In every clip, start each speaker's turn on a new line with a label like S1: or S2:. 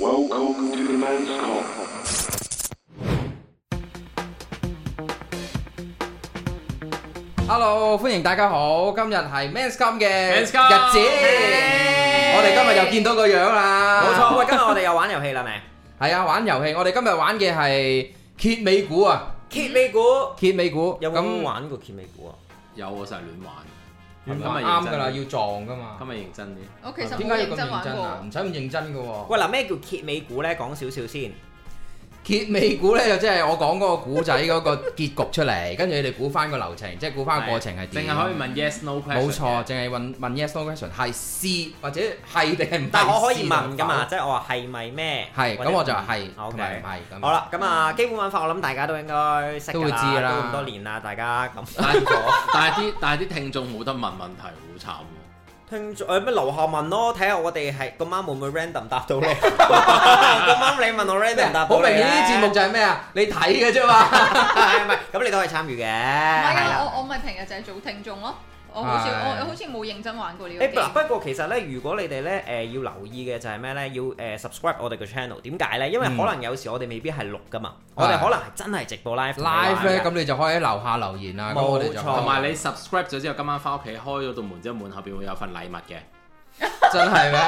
S1: Welcome to the man's call.
S2: Hello，歡迎大家好，今日係 Men's Come 嘅
S3: Men's Come
S2: 日子，我哋今日又見到個樣啦。
S3: 冇錯，喂，今日我哋又玩遊戲啦，咪？
S2: 係啊，玩遊戲，我哋今日玩嘅係揭尾股啊，
S3: 揭尾股
S2: 揭尾股。
S3: 有冇
S2: 咁
S3: 玩過揭尾股啊？
S4: 有我成日亂玩，
S3: 亂
S2: 咁
S3: 玩
S2: 咪啱㗎啦，要撞㗎嘛
S4: 今。日認真啲。
S5: 我其實
S2: 點
S5: 冇
S2: 解要
S5: 認
S2: 咁
S5: 真
S2: 認
S5: 玩
S2: 真啊？
S5: 過。
S2: 唔使咁認真㗎喎。
S3: 喂，嗱，咩叫揭尾股咧？講少少先。
S2: 揭尾股咧就即係我講嗰個古仔嗰個結局出嚟，跟住你哋估翻個流程，即係估翻個過程係點。
S4: 淨係可以問 yes no question。
S2: 冇錯，，淨係問問 yes no question 係是或者係定係唔係。
S3: 但我可以問㗎嘛，。即係我話係咪咩？
S2: 係，
S3: 或者
S2: 咁我就係
S3: 唔
S2: 同埋唔
S3: OK。
S2: 係咁。
S3: 好啦，咁啊，基本玩法我諗大家都應該識㗎
S2: 都會知㗎啦
S3: 都咁多年啦，大家 咁。
S4: 但係但係啲但係啲聽眾冇得問問題，好
S3: 聽眾誒咩留下問咯，睇下我哋係咁啱會唔會 random 答到 咯？咁啱你問我 random 答到
S2: 好明顯
S3: 顯
S2: 呢啲節目就係咩啊？你睇嘅 啫嘛。
S3: 係咪？咁你都可以參與
S5: 唔
S3: 嘅。
S5: 係
S3: 係啦
S5: 啊，我我咪平日就係做聽眾咯。我好似
S2: 係
S5: 我我好似冇認真玩過呢個
S3: 誒嗱，
S5: game。
S3: 不過其實咧，如果你哋咧誒要留意嘅就係咩咧？要誒、subscribe 我哋嘅 channel。點解咧？因為
S2: 嗯
S3: 可能有時我哋未必係錄噶嘛，我哋
S2: 係
S3: 可能係真係直播 live 同你玩
S2: live 咧，
S3: 㗎
S2: 咁你就可以喺樓下留言啊。咁我哋就
S3: 冇錯
S4: 慘。同埋你 subscribe 咗之後，今晚翻屋企開咗道門之後，門後邊會有份禮物嘅。
S2: 真係咩？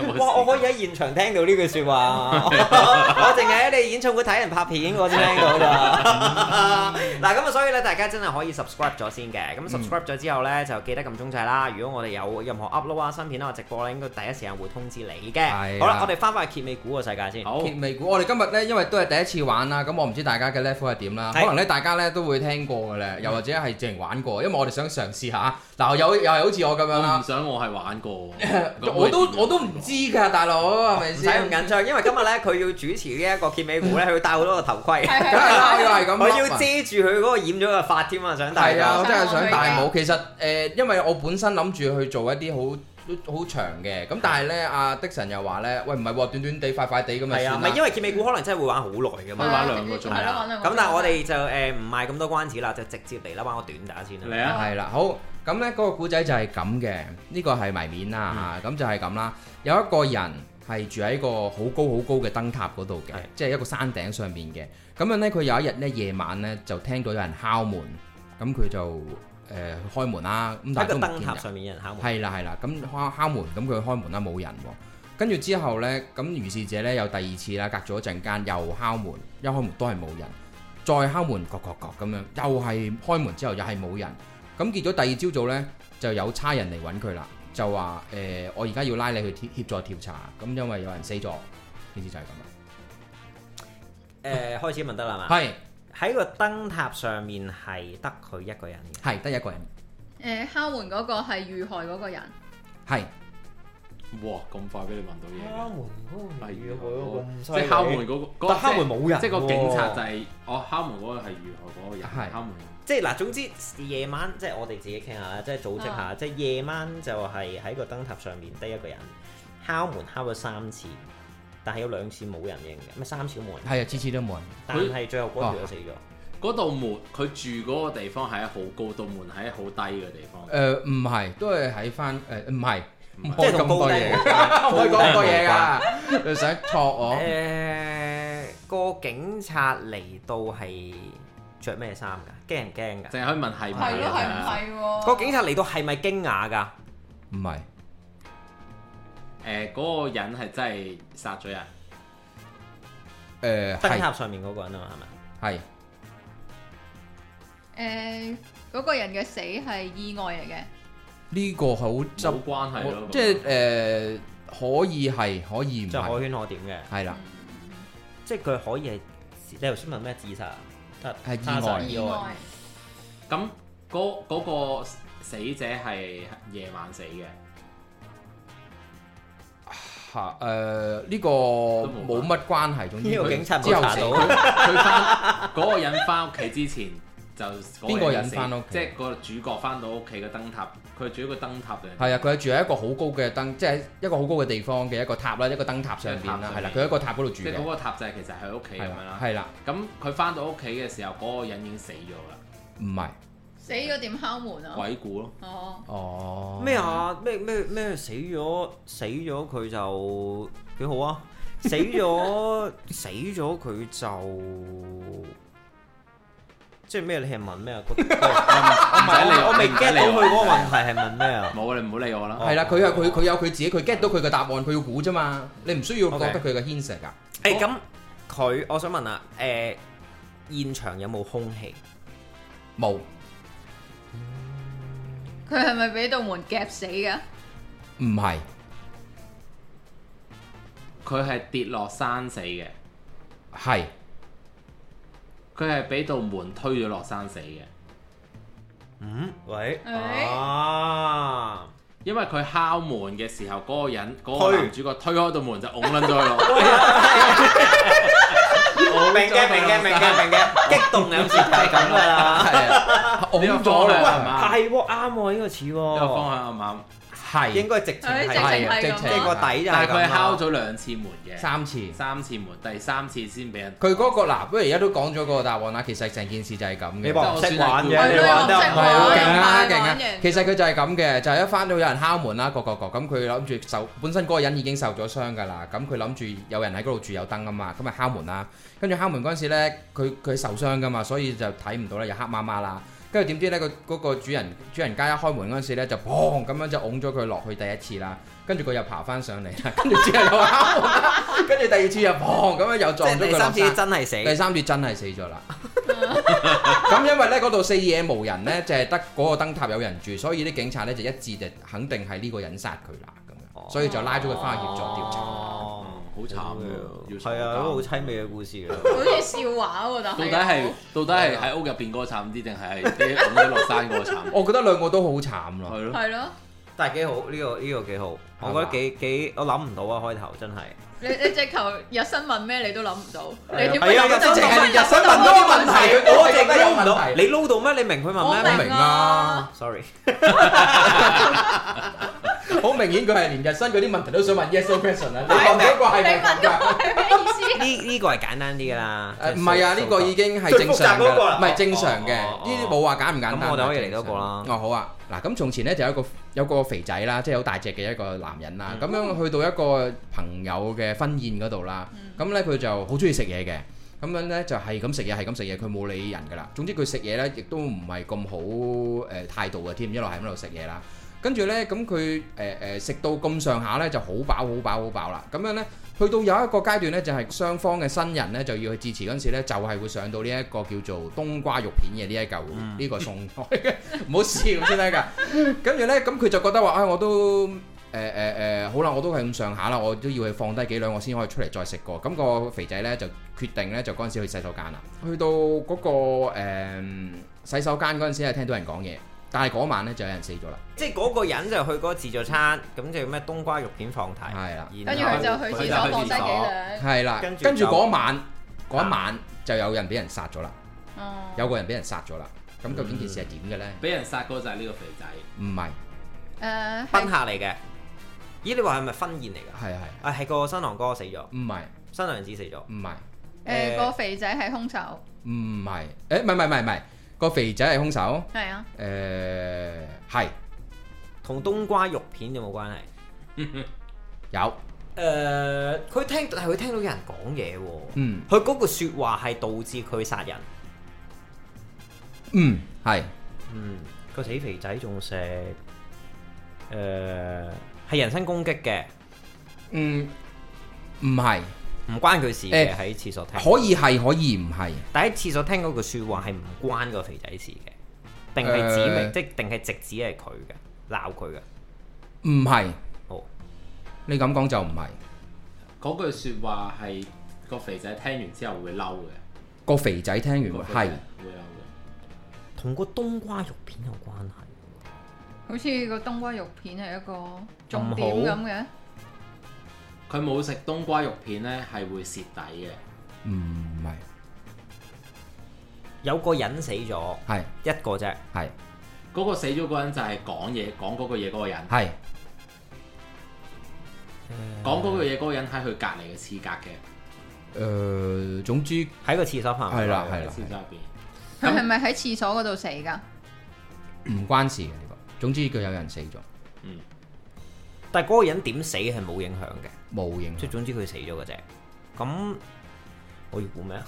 S4: 有冇
S3: 哇！我可
S4: 試
S3: 以喺現場聽到呢句説 話，我淨係喺你演唱會睇人拍片我先聽 到咋。 嗱咁啊，所以咧，大家真係可以 subscribe 咗先嘅。
S2: 嗯
S3: 咁 subscribe 咗之後咧，就記得撳鐘掣啦。如果我哋有任何 upload 啊、新片啊、直播咧，應該第一時間會通知你
S2: 係
S3: 嘅。好
S2: 啦
S3: 啦，我哋翻返去揭尾股個世界先。
S4: 過好
S2: 揭尾股，我哋今日咧，因為都係第一次玩啦，咁我唔知大家嘅 level 係點啦，可
S3: 係
S2: 能咧大家咧都會聽過嘅咧，又或者係直情玩過，因為我哋想嘗試下。嗱，有又係好似我咁樣
S4: 我唔
S2: 啦，。
S4: 想我係玩 過
S2: 我都我都唔知㗎，大佬係咪
S3: 唔使咁
S2: 先？
S3: 緊張，因為今日咧佢要主持呢一個揭尾股咧，佢要戴好多個頭盔，
S5: 係
S2: 梗係啦，又係咁笠啊。
S3: 我要遮住佢嗰個染咗嘅髮添啊，想戴
S2: 係啊，
S3: 到
S2: 我
S5: 我
S2: 真
S5: 真
S2: 係
S5: 係
S2: 想
S5: 想
S2: 戴
S5: 戴
S2: 帽
S5: 帽。
S2: 其實誒、呃因為我本身諗住去做一啲好好長嘅，咁但係咧，阿的神又話咧，喂唔係喎，短短地快快地咁咪
S3: 係啊，
S2: 算
S3: 唔
S2: 啦
S3: 係。因為揭尾股可能真係會玩好耐噶
S4: 可以
S3: 嘛。
S4: 玩兩個鐘啊
S5: 係咯，玩兩個鐘
S3: 咁但係我哋就誒唔賣咁多關子啦，就直接嚟啦，玩個短打先
S4: 你
S3: 啦。
S4: 啊，
S2: 係啦，好咁咧，嗰個古仔就係咁嘅，呢個係謎面啦
S3: 嗯
S2: 嚇，咁就係咁啦。有一個人係住喺個好高好高嘅燈塔嗰度嘅
S3: 係，
S2: 即係一個山頂上面嘅。咁樣咧，佢有一日咧夜晚咧就聽到有人敲門，咁佢就誒、呃、開門啦，咁但
S3: 喺
S2: 係
S3: 個
S2: 都唔
S3: 燈
S2: 見
S3: 塔
S2: 人。
S3: 上面有人敲門，
S2: 係啦係啦，咁敲敲門，咁佢開門啦，冇人喎。跟住之後呢，咁如是者呢，有第二次啦，隔咗一陣間又敲門，一開門都係冇人，再敲門，咯咯咯咁樣，又係開門之後又係冇人。咁結咗第二朝早呢，就有差人嚟揾佢啦，就話誒、呃我而家要拉你去協協助調查，咁因為有人死咗，件事就係咁
S3: 誒開始問得啦
S2: 啦。
S3: 嘛。
S2: 係
S3: 喺個燈塔上面係得佢一個人嘅，
S2: 係得一個人，
S5: 誒敲門嗰個係遇害嗰個人，
S2: 係
S4: 哇咁快俾你問到
S3: 門嗰啊
S4: 嘢嘅，
S3: 咁
S4: 即係敲門嗰個嗰個，
S3: 但敲門冇人
S4: 即係個
S3: 喎
S4: 警察就係我敲門嗰個係如何嗰個
S2: 係
S4: 人，敲門
S3: 即係嗱，總之夜晚即係我哋自己傾下啦，即係組織下，即係夜晚就係喺個燈塔上面得一個人敲門敲咗三次，但係有兩次冇人應嘅，咩三次都冇人應，
S2: 係啊，次次都冇人。
S3: 但係最後嗰條友死咗。
S4: 嗰道門，佢住嗰個地方係喺好高，道門喺好低嘅地方。
S2: 誒唔係，都係喺翻誒唔係，
S4: 唔
S2: 唔
S4: 係
S2: 可以
S3: 即係
S2: 咁
S3: 同高
S2: 多
S3: 低
S2: 嘢
S3: 無
S2: 㗎，唔可以講咁多嘢㗎，你想錯我？
S3: 誒個警察嚟到係着咩衫㗎？驚唔驚
S4: 淨係
S3: 㗎？
S4: 可以問係唔
S5: 係咯，係唔
S4: 啊？
S5: 係喎？
S3: 個警察嚟到係咪驚訝㗎？
S2: 唔係，
S4: 誒嗰個人係真係殺咗人，
S2: 誒
S3: 燈
S2: 係
S3: 塔上面嗰個人啊嘛，係咪？
S2: 係
S5: 誒嗰個人嘅死係意外嚟嘅，
S2: 呢個好執
S4: 冇，關係咯。
S2: 即係誒可以係可以唔
S3: 即係可
S2: 係，
S3: 圈可點嘅，
S2: 係啦，
S3: 即係佢可以係你頭先問咩自殺啊？
S2: 係意
S3: 他殺
S2: 外
S5: 嗯意外
S4: 咁嗰嗰個死者係夜晚死嘅，
S2: 嚇誒呢個
S4: 冇
S2: 冇乜關係，總之
S3: 呢個
S2: 佢
S3: 警察冇
S2: 之後
S3: 查
S2: 死
S3: 到
S2: 咗，
S4: 佢翻嗰個人翻屋企之前就嗰
S2: 邊個人
S4: 死
S2: 返屋企
S4: 即係個主角翻到屋企嘅燈塔，佢住一個燈塔定
S2: 係啊，佢係住喺一個好高嘅燈，即係一個好高嘅地方嘅一個塔啦，一個燈塔上邊
S4: 一個塔
S2: 啦，
S4: 上
S2: 係啦
S4: 面，
S2: 佢喺個塔嗰度住
S4: 即係
S2: 嘅，
S4: 嗰個塔就係其實係佢屋企咁
S2: 係
S4: 樣
S2: 啦，
S4: 啦。
S2: 係啦，
S4: 咁佢翻到屋企嘅時候，嗰個人已經死咗啦，
S2: 唔係，
S5: 死咗點敲門啊？
S4: 鬼故咯。
S5: 哦，
S2: 哦，
S3: 咩？啊？咩咩咩死咗死咗佢就幾好 啊！死咗死咗佢就即係咩？你係問 咩啊？個
S4: 唔使理
S3: 我未
S4: 你唔使
S3: get
S4: 理
S3: 到佢
S4: 我
S3: 嗰個問題係問咩啊？
S4: 冇你唔好理我啦。
S2: 係啦，佢係佢佢有佢自己，佢 get 到佢嘅答案，佢要估啫嘛，你唔需要
S3: OK
S2: 覺得佢嘅牽涉㗎。
S3: 誒咁佢，我想問啊，誒、現場有冇空氣？
S2: 冇，
S5: 佢係咪俾道門夾死㗎？
S2: 唔係，
S4: 佢係跌落山死嘅，
S2: 係
S4: 佢係俾道門推咗落山死嘅，
S3: 嗯，喂，
S5: 喂
S3: 啊，
S4: 因為佢敲門嘅時候，嗰、個人嗰、個
S3: 推哦
S4: 男主角推開道門就㧬撚咗 佢落。
S3: 明嘅，明嘅，明嘅， 明嘅，激動有時就係咁噶啦。
S2: 係啊，
S4: 呢
S2: 㧬
S4: 個
S2: 咗
S4: 方向
S2: 啦，
S4: 係嘛？
S3: 係喎，啱喎，呢個似
S4: 呢個方
S3: 喎，
S4: 向啱唔啱？
S2: 係
S3: 應該直情
S5: 係直
S3: 係
S5: 情
S2: 係啊
S5: 係咁
S2: 直情
S3: 即係個底就係
S4: 但係
S3: 咁啦
S4: 佢
S3: 啊
S4: 敲咗兩次門嘅，
S2: 三次。
S4: 三次門，第三次先俾人。
S2: 佢嗰、個嗱，不如而家都講咗個答案啦。其實成件事就係咁嘅，
S3: 你
S2: 係
S3: 話
S2: 啊
S3: 唔識玩嘅，
S5: 係
S3: 你
S5: 咯
S3: 玩得唔
S5: 我唔識
S3: 好
S5: 玩
S2: 勁啊
S5: 玩
S2: 勁啊
S5: 玩贏！
S2: 其實佢就係咁嘅，就係、一翻到有人敲門啦，各各各咁，佢諗住受本身嗰個人已經受咗傷㗎啦，咁佢諗住有人喺嗰度住有燈啊嘛，咁咪敲門啦。跟住敲門嗰陣時咧，佢佢受傷㗎嘛，所以就睇唔到啦，又黑麻麻啦。跟住點知咧，個嗰個主人主人家一開門嗰陣時咧，就砰咁樣就擁咗佢落去第一次啦。跟住佢又爬翻上嚟啦，跟住之後又敲門啦，跟住第二次又砰咁樣又
S3: 即
S2: 撞
S3: 係
S2: 咗
S3: 第
S2: 佢落
S3: 三
S2: 山
S3: 次。真係死，
S2: 第三次真係死咗啦。 咁因為咧嗰度四野無人咧，就係得嗰個燈塔有人住，所以啲警察咧就一致就肯定係呢個人殺佢啦咁樣，所以就拉咗佢翻去協助調查。
S4: 嗯好
S3: 哦，
S4: 慘啊！要上
S3: 係啊，
S4: 監
S3: 都好啊凄美嘅故事嚟㗎。
S5: 好似笑話喎，但
S4: 到
S5: 係
S4: 底係到底係喺屋入邊嗰個慘啲，定 係俾拱咗落山嗰個慘？
S2: 我覺得兩個都好慘 咯，
S4: 係咯，
S5: 係咯？
S3: 但係幾好，呢個呢個幾好，我覺得幾幾，我諗唔到啊，開頭真係。
S5: 你你直頭日新問咩你都諗唔到，你點
S3: 係
S5: 會
S3: 啊，
S5: 諗
S3: 日
S5: 到
S3: 新
S2: 淨
S3: 問
S2: 係
S3: 日新
S2: 問
S3: 問
S2: 多
S3: 多
S2: 個
S3: 問
S2: 問題
S3: 題，
S2: 佢
S3: 我
S2: 覺
S3: 淨
S2: 得
S3: 係
S2: 有
S3: 撈唔到
S2: 問。題
S3: 你撈到咩？你明佢問
S5: 我
S3: 咩
S5: 明
S2: 明
S5: 啊
S2: 啊，
S3: ？Sorry，
S2: 好明顯佢係連日新嗰啲問題都想問 yes or question 啊啦。你問嗰個
S5: 你
S2: 係咪
S5: 問
S2: 㗎？
S5: 我係咩意思？
S3: 呢呢個係簡單啲㗎啦。
S2: 誒唔係啊，呢個已經係正常
S3: 最複雜嗰
S2: 嘅
S3: 個啦
S2: 啦，唔係正常嘅，
S3: 哦哦
S2: 呢
S3: 哦
S2: 啲冇話簡唔簡單。
S3: 咁我哋可以
S2: 係正
S3: 嚟多個啦
S2: 常哦，好啊，嗱，咁從前咧就有一個有個肥仔啦，即係好大隻嘅一個男人啦，咁
S3: 嗯
S2: 樣去到一個朋友嘅婚宴嗰度啦，
S3: 嗯
S2: 咁咧佢就好中意食嘢嘅。咁樣咧就係咁食嘢，係咁食嘢，佢冇理人㗎啦。總之佢食嘢咧，亦都唔係咁好誒、呃、態度嘅添，一路係咁喺度食嘢啦。跟住咧，咁佢誒誒食到咁上下咧，就好飽好飽好飽啦。咁樣咧，去到有一個階段咧，就係、雙方嘅新人咧就要去致辭嗰陣時咧，就係、會上到呢一個叫做冬瓜肉片嘅呢一嚿呢、
S3: 嗯
S2: 個餸菜嘅， 唔好笑先得㗎。跟住咧，咁佢就覺得話啊、我都。誒誒誒，好啦，我都係咁上下啦，我都要去放低幾兩，我先可以出嚟再食過。咁、個肥仔呢，就決定呢，就嗰陣時去洗手間啦。去到嗰、個、誒洗手間嗰陣時係聽到人講嘢，但係嗰晚呢，就有人死咗啦。
S3: 即係嗰個人就去嗰個自助餐，咁就咩冬瓜肉片放題，
S2: 係啦，
S5: 跟住佢
S3: 然後
S5: 就去廁所放低幾兩。
S2: 係啦
S3: 跟，住
S2: 跟住
S3: 就啊
S2: 嗰晚嗰一晚就有人俾人殺咗啦，
S5: 哦
S2: 有個人俾人殺咗啦。咁究竟件事係點嘅呢？
S4: 俾人殺嗰個就係呢個肥仔。
S2: 唔係，
S5: 誒係
S3: 賓客嚟嘅。咦？你話係咪婚宴嚟㗎？
S2: 係係，
S3: 啊，係個新郎哥死咗，
S2: 唔係
S3: 新娘子死咗。
S2: 唔係
S5: 誒個肥仔係兇手，
S2: 唔係，誒唔係唔係唔係唔係，個肥仔係兇手。
S5: 係啊，
S2: 誒係
S3: 同冬瓜肉片有冇關係？
S2: 有，
S3: 誒、佢聽但係佢聽到有人講嘢喎，
S2: 嗯
S3: 佢嗰句説話係導致佢殺人。
S2: 嗯係。
S3: 嗯，個死肥仔仲食誒係人身攻擊嘅，
S2: 嗯，唔係，
S3: 唔關佢事嘅
S2: 誒
S3: 喺、廁所聽。
S2: 可以係，可以唔係。
S3: 但喺廁所聽嗰句説話係唔關個肥仔事嘅，定係
S2: 誒
S3: 指明、即係定係直指係佢嘅鬧佢嘅。
S2: 唔係，
S3: 好，
S2: 你咁講就唔係。
S4: 嗰句説話係個肥仔聽完之後會嬲嘅，
S2: 個肥仔聽
S4: 個
S2: 完
S4: 肥仔
S2: 係
S4: 會嬲
S3: 同個冬瓜肉片有關係。
S5: 好似個冬瓜肉片係一個重點咁嘅，
S4: 嘅。佢冇食冬瓜肉片咧，係會蝕底嘅。
S2: 唔係？
S3: 有個人死咗，
S2: 係
S3: 一個啫，
S2: 係
S4: 嗰個死咗嗰個人就係講嘢講嗰個嘢嗰個人，
S2: 係嗯
S4: 講嗰個嘢嗰個人喺佢隔離嘅廁格嘅
S2: 誒，總之
S3: 喺個廁所旁邊。
S2: 係啦係
S4: 喺
S2: 啦，
S4: 廁所入邊。
S5: 佢係咪喺廁所嗰度死㗎？
S2: 唔關事嘅呢個。總之佢有人死咗，
S3: 但係嗰個人點死係冇影響嘅，
S2: 冇影響
S3: 即係總之佢死咗嗰只。咁我要估咩啊？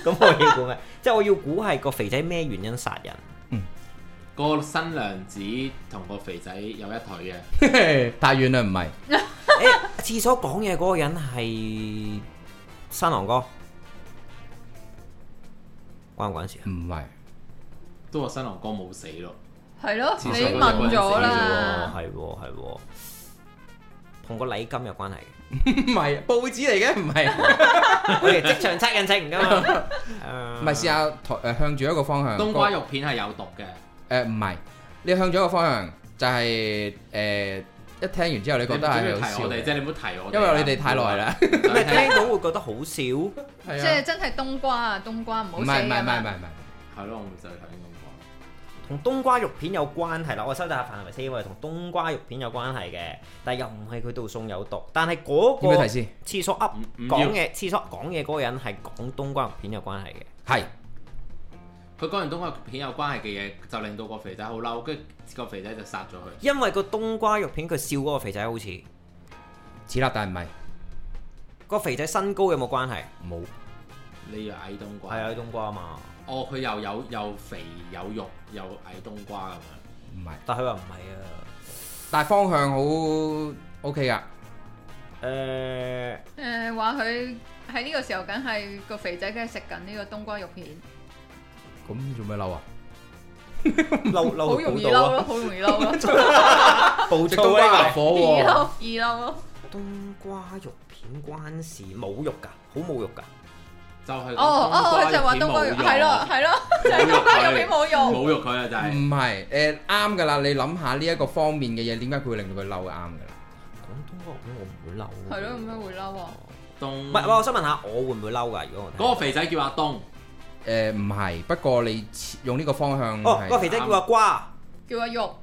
S3: 咁我要估咩？即係我要估係個肥仔咩原因殺人？
S4: 個新娘子同個肥仔有一腿嘅，
S2: 太遠啦，唔係
S3: 誒，廁所講嘢嗰個人係新郎哥，關唔關事啊？
S2: 唔係
S4: 都話新郎哥冇死咯。
S5: 係咯，
S4: 廁所
S5: 你
S4: 嗰度
S5: 問咗
S3: 哦
S5: 啦，
S3: 係喎係喎，同個禮金有關係 嘅。
S2: 唔係報紙嚟嘅，唔 係
S3: 我哋職場測印證 㗎嘛。啊
S2: 唔係試下抬誒向住一個方向。
S4: 冬瓜肉片係有毒嘅，
S2: 誒唔係，你向咗一個方向就係誒一聽完之後，你覺得係
S4: 你唔
S2: 好
S4: 好提
S2: 笑
S4: 我
S2: 嘅
S4: 哋，即係你唔好提我哋
S2: 因
S4: 啦，
S2: 為你哋太耐啦。
S4: 唔
S3: 咩
S4: 好提。
S3: 聽到會覺得好笑？
S5: 即係真係冬瓜啊，冬瓜唔
S2: 唔
S5: 好死
S2: 係唔係
S5: 啊
S2: 唔係唔
S5: 嘛！
S2: 係唔係，
S4: 係咯，我唔就係頭先咁
S3: 同冬瓜肉片有關係啦，我收窄下範圍先，因為同冬瓜肉片有關係嘅，但係又唔係佢度餸有毒，但係嗰
S2: 要唔要
S3: 個
S2: 提示？
S3: 廁所噏
S4: 唔唔要
S5: 啊
S3: 講嘢，廁所講嘢嗰個人係講冬瓜肉片有關係嘅，
S2: 係
S4: 講。佢講完冬瓜肉片有關係嘅嘢，就令到個肥仔好嬲，跟住個肥仔就殺咗佢。
S3: 因為個冬瓜肉片佢笑嗰個肥仔好似
S2: 似啦，但係唔係
S3: 個肥仔身高有冇關係？
S2: 冇
S4: 你要矮冬瓜，
S3: 係啊，冬瓜啊嘛，
S4: 哦，佢又有又肥有肉又矮冬瓜咁樣。
S2: 唔係，
S3: 但係佢話唔係啊，
S2: 但係方向好 OK 噶，
S3: 誒、
S5: 誒話佢喺呢個時候，梗係個肥仔梗係食緊呢個冬瓜肉片，
S2: 咁做咩嬲啊？
S3: 嬲嬲
S5: 好
S3: 佢
S5: 容易
S3: 估
S5: 嬲
S3: 到
S5: 咯，
S3: 啊，
S5: 好容易嬲咯，
S3: 暴
S2: 食
S3: 躁
S2: 冬瓜
S3: 啊
S2: 入
S3: 呢
S2: 火
S5: 易
S2: 喎，
S5: 嬲易嬲咯。
S3: 個冬瓜肉片關事冇肉㗎，好冇肉㗎，
S4: 就係
S5: 哦哦，佢就話
S4: 話
S5: 冬瓜肉
S4: 肉
S5: 係咯係咯，就係冬瓜肉片冇用。
S4: 冇肉佢啊，就係
S3: 嗯
S2: 唔係誒啱噶啦，你諗下呢一個方面嘅嘢，點解佢會令到佢嬲啱噶啦？
S3: 講冬瓜肉片我唔會嬲㗎，
S5: 係咯，咁樣會嬲啊！
S4: 冬
S3: 唔係，我想問下，我會唔會嬲㗎？如果我
S4: 嗰個肥仔叫阿東，
S2: 誒唔係，不過你似用呢個方向
S3: 哦，個
S2: 係
S3: 肥仔叫阿瓜，
S5: 叫阿肉，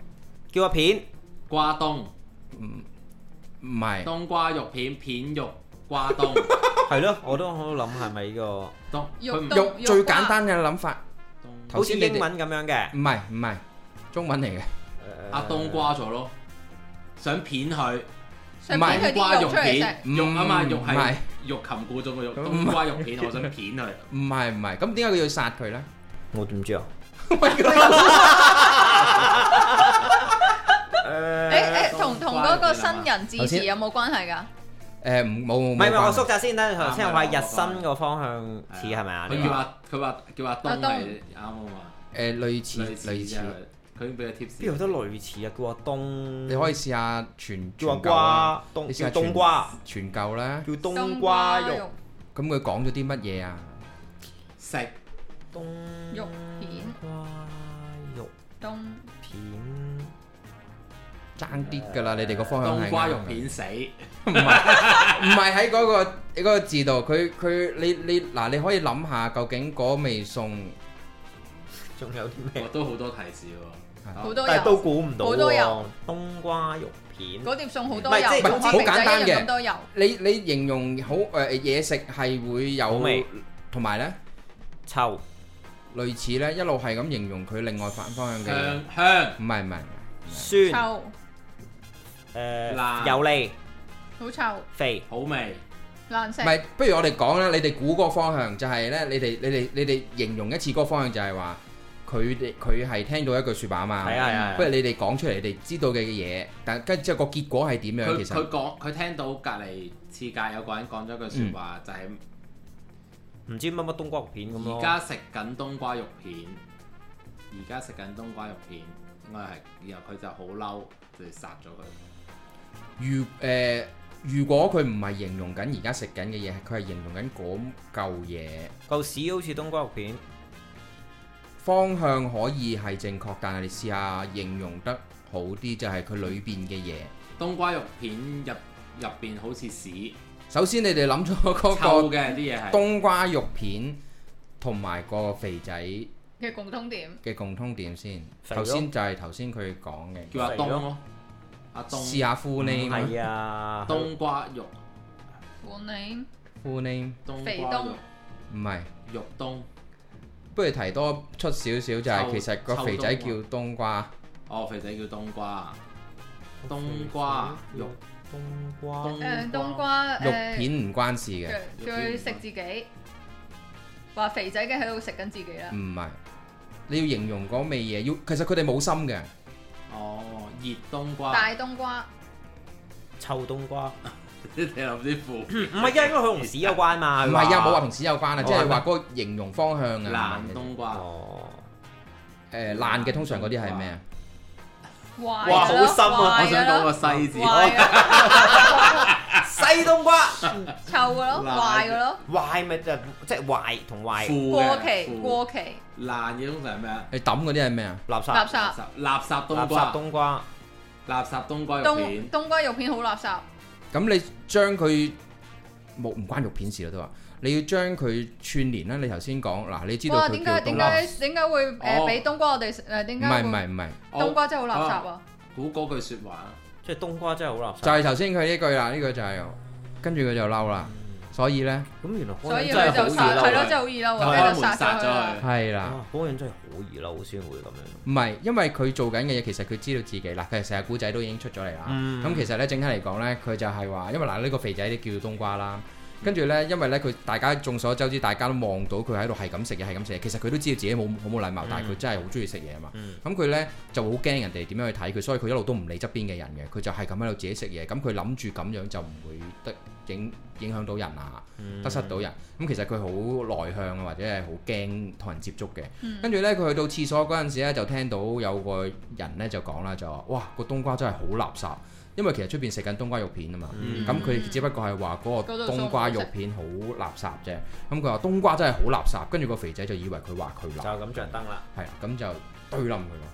S3: 叫阿片，
S4: 瓜東，
S2: 唔係
S4: 冬瓜肉片片肉瓜 東，
S3: 係咯，我都好諗係咪呢個
S4: 東
S5: 肉
S4: 佢唔
S5: 冬
S2: 用最簡單嘅諗法，
S4: 東
S2: 頭
S3: 好似
S2: 先你
S3: 英
S2: 哋
S3: 文咁樣嘅
S2: 唔係唔係中文嚟嘅。
S4: 阿冬瓜咗咯，想片佢
S5: 上
S2: 唔係
S5: 面佢
S4: 瓜
S5: 啲
S4: 肉
S5: 肉出嚟食
S4: 片。肉啊嘛，
S2: 嗯
S4: 肉
S2: 唔係
S4: 係肉禽故種嘅肉，冬瓜肉片，我想片佢。
S2: 唔係唔係，咁點解佢要殺佢 咧？
S3: 我點知啊？
S2: Oh
S5: 誒
S3: 誒，
S5: 誒，同同嗰個新人致辭有冇關係㗎？
S2: 誒唔冇冇
S3: 唔
S2: 冇
S3: 係唔係，我
S2: 關係
S3: 縮窄先，等陣頭先我話日新個方向 似係咪啊？
S4: 佢叫阿佢話叫阿東
S5: 阿東
S4: 係啱啊嘛，
S2: 誒類似
S4: 類似
S2: 類
S4: 啫
S2: 似，。
S4: 佢俾個 tips。
S3: 邊有得類似啊？叫阿東，
S2: 你可以試下全
S3: 叫阿
S2: 全舊啊
S3: 瓜，冬
S2: 你試
S3: 叫
S2: 下
S3: 冬瓜，
S2: 全舊啦。
S3: 叫冬瓜
S5: 冬
S3: 肉，
S2: 咁佢講咗啲乜嘢啊？
S4: 食
S3: 冬
S5: 肉片
S3: 瓜肉
S5: 冬
S3: 片。
S2: 爭啲㗎啦，你哋個方向係
S4: 冬瓜肉
S2: 啱
S4: 片死，
S2: 嘅，唔係喺嗰個嗰個字度。佢佢你你嗱，你可以諗下究竟嗰味餸
S3: 仲有啲
S4: 我
S3: 咩？
S4: 都好多提示喎。
S5: 好多
S3: 但係都
S5: 油，
S3: 估唔到
S5: 好多
S3: 喎
S5: 油。
S3: 冬瓜肉片。
S5: 嗰碟餸好
S3: 唔
S5: 多
S3: 係
S5: 油，
S3: 即係
S5: 同
S2: 總之
S5: 我肥
S2: 好簡
S5: 仔
S2: 單
S5: 一
S2: 嘅
S5: 樣咁多油。
S2: 你你形容好誒嘢食係會
S3: 好味
S2: 有，同埋咧
S3: 臭
S2: 類似咧一路係咁形容佢另外反方向嘅嘢。
S4: 香香
S2: 唔係唔係，
S3: 酸
S5: 臭，
S3: 誒 ờ,
S4: 辣
S3: 油膩
S5: 好臭，
S3: 肥
S4: 好味，
S5: 難食
S2: 唔。係，不如我哋講啦。你哋估嗰個方向就係咧，你哋你哋你哋形容一次嗰個方向就係話，佢哋佢係聽到一句説話啊嘛。
S3: 係啊係啊係啊
S2: 不如你哋講出嚟，你哋知道嘅嘢，但跟之後個結果係點樣？
S4: 佢
S2: 其
S4: 佢
S2: 實
S4: 講佢聽到隔離次界有個人講咗句説
S2: 嗯
S4: 話，就係
S3: 唔知乜乜冬瓜肉片咁
S4: 而
S3: 咯。
S4: 家食緊冬瓜肉片，而家食緊冬瓜肉片，我係然後佢就好嬲，就殺咗佢。
S2: 如誒、呃如果佢唔係形容緊而家食緊嘅嘢，佢係形容緊嗰嚿嘢
S3: 嚿屎好似冬瓜肉片，
S2: 方向可以係正確，但係你試下形容得好啲，就係佢裏邊嘅嘢。
S4: 冬瓜肉片入入邊好似屎，
S2: 首先你哋諗咗嗰個
S4: 臭嘅啲嘢係
S2: 冬瓜肉片同同埋個肥仔
S5: 嘅共通點。
S2: 嘅共通點先。
S3: 肥咯
S2: 頭先就係頭先佢講嘅，
S4: 叫阿東咯，阿
S2: 試
S4: 東
S2: 下 full name，
S3: 係啊，
S4: 冬瓜肉，
S5: 本你
S2: full name
S4: 冬
S5: 肥
S4: 瓜
S5: 冬
S4: 肉，
S2: 唔係。
S4: 肉冬，
S2: 不如提多出少少，就係
S4: 秋
S2: 其實個
S4: 秋
S2: 肥仔
S4: 冬
S2: 叫冬瓜，
S4: 哦肥仔叫冬瓜，冬瓜肉，
S3: 冬
S2: 哦
S3: 瓜
S4: 冬
S5: 誒冬瓜
S2: 肉
S5: 誒，
S2: 片唔關事
S5: 叫
S2: 嘅，
S5: 叫佢食自己，話肥仔嘅喺度食緊自己啦。
S2: 唔係。你要形容嗰味嘢，要其實佢哋冇心嘅，
S4: 哦熱冬瓜，
S5: 大冬瓜
S3: 臭冬 瓜，
S4: 你諗啲腐
S3: 唔係啊，因為佢同屎有關嘛，
S2: 唔
S3: 佢
S2: 係
S3: 話
S2: 啊，冇話同屎有關啊，即
S3: 哦
S2: 係
S3: 係
S2: 話嗰個形容方向啊。
S4: 爛冬瓜，
S3: 哦，
S2: 誒爛嘅通常嗰啲係咩啊？
S5: 壞㗎啦
S3: 哇好深啊
S5: 壞
S4: 我想
S5: 㗎啦
S4: 講個哦西 字，
S5: 壞啊，
S3: 西冬瓜
S5: 臭嘅咯，
S4: 嗱
S5: 壞嘅咯，
S3: 壞咪就即係壞同壞
S4: 腐
S5: 過
S4: 嘅
S5: 期
S4: 腐
S5: 過期，
S4: 爛嘅通常係咩啊？
S2: 你抌嗰啲係咩啊？
S3: 垃
S5: 垃
S3: 圾
S4: 垃
S5: 圾，
S4: 圾垃圾冬
S3: 垃圾
S4: 瓜，
S3: 冬瓜，
S4: 垃圾冬瓜肉
S5: 冬
S4: 片，
S5: 冬瓜肉片好垃圾，
S2: 咁你將佢冇唔關肉片事啦都話，你要將佢串連啦。你頭先講嗱，你知道
S5: 哇！
S2: 佢
S5: 點
S2: 叫
S5: 解
S2: 冬
S5: 點
S2: 瓜，
S5: 解點解會誒
S4: 哦
S5: 俾冬瓜我哋食誒點
S2: 唔
S5: 解
S2: 係唔
S5: 會
S2: 係唔係，
S5: 冬瓜真係好垃圾
S4: 哦
S5: 啊！
S4: 估嗰句説話，
S3: 即係冬瓜真係好垃圾
S2: 就。係頭先佢呢句啦，呢句就係跟住佢就嬲啦，所以呢，
S3: 咁原來可
S5: 所
S3: 能
S5: 以
S3: 真
S5: 佢
S3: 係
S5: 就殺
S3: 好易
S5: 係咯，
S3: 嬲
S5: 真係好易嬲
S4: 就
S5: 啊！
S4: 開
S5: 即係就殺
S4: 門殺
S5: 咗佢
S4: 咗
S5: 啦。
S4: 佢。
S2: 係啦。
S3: 啊！嗰個人真係好易嬲先會咁樣。
S2: 唔係，因為佢做緊嘅嘢其實佢知道自己嗱，佢成日古仔都已經出咗嚟啦。咁、
S3: 嗯
S2: 其實咧整體嚟講咧，佢就係話，因為嗱呢、個肥仔叫冬瓜啦，跟住咧因為咧佢大家眾所周知，大家都望到佢喺度係咁食嘢係咁食嘢，其實佢都知道自己冇好冇禮貌，但係佢真係好中意食嘢啊嘛。
S3: 嗯
S2: 咁佢咧就好驚人哋點樣去睇佢，所以佢一路都唔理側邊嘅人嘅，佢就係咁喺度自己食嘢。咁佢諗住咁樣就唔會得影影響到人啊，
S3: 嗯
S2: 得失到人。咁其實佢好內向啊，或者係好驚同人接觸嘅。
S5: 嗯
S2: 跟住呢，佢去到廁所嗰陣時咧，啊就聽到有個人呢就講啦，就話：哇，個冬瓜真係好垃圾，因為其實出邊食緊冬瓜肉片啊嘛。
S3: 嗯
S2: 咁佢只不過係話嗰個
S5: 嗰度
S2: 冬瓜肉片好垃圾啫。咁佢話冬瓜真係好垃圾，跟住個肥仔就以為佢話佢
S3: 就
S2: 垃圾，
S3: 咁着燈啦。
S2: 係啦，咁就堆冧佢咯。
S5: 哦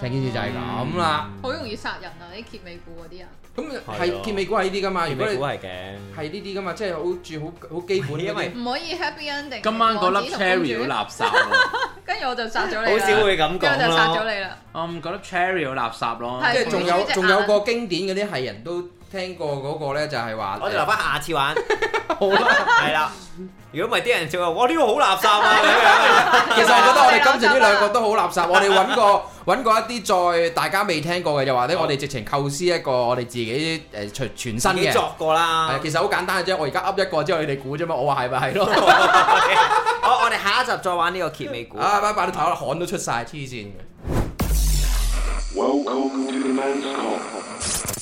S2: 成件事就係咁啦。
S5: 好容易殺人啊！啲揭尾故嗰啲人，
S2: 咁
S3: 係啊
S2: 係結尾股係呢啲噶嘛？
S3: 如
S2: 如
S3: 果
S2: 果
S3: 你
S2: 你
S3: 估係嘅，
S2: 係呢啲噶嘛，即係好似好好基本嗰啲，
S3: 因為
S5: 唔可以 happy ending。
S4: 今晚嗰粒
S5: 王子同公
S4: cherry
S5: 主
S4: 好垃圾喎，
S5: 跟住我就殺咗你
S3: 好
S5: 啦。
S3: 少會咁
S5: 跟住
S3: 講
S5: 就殺
S3: 咯。
S5: 咗你啦。
S4: 我唔覺得嗯 cherry 好垃圾咯。
S5: 係
S2: 即係仲有
S5: 隻眼
S2: 仲有個經典嗰啲係人都聽過嗰個咧，就係話
S3: 我哋留翻下次玩，
S2: 好啦。
S3: 係啦。如果唔係啲人就話：哇！呢個好垃圾啊！咁樣
S2: 呃其實我覺得我哋今次呢兩個都好垃圾，我哋揾過 揾過一啲再大家未聽過嘅，又或者我哋直情構思一個我哋自己誒全全新
S3: 自己
S2: 嘅。
S3: 作過啦
S2: 係，。 其實好簡單嘅啫，我而家噏一個之後，你哋估啫嘛，我話係咪係咯？
S3: 好，我哋下一集再玩呢個揭尾股。
S2: 啊，拜拜，你頭汗都出晒，黐線嘅。
S1: Welcome to the man's call.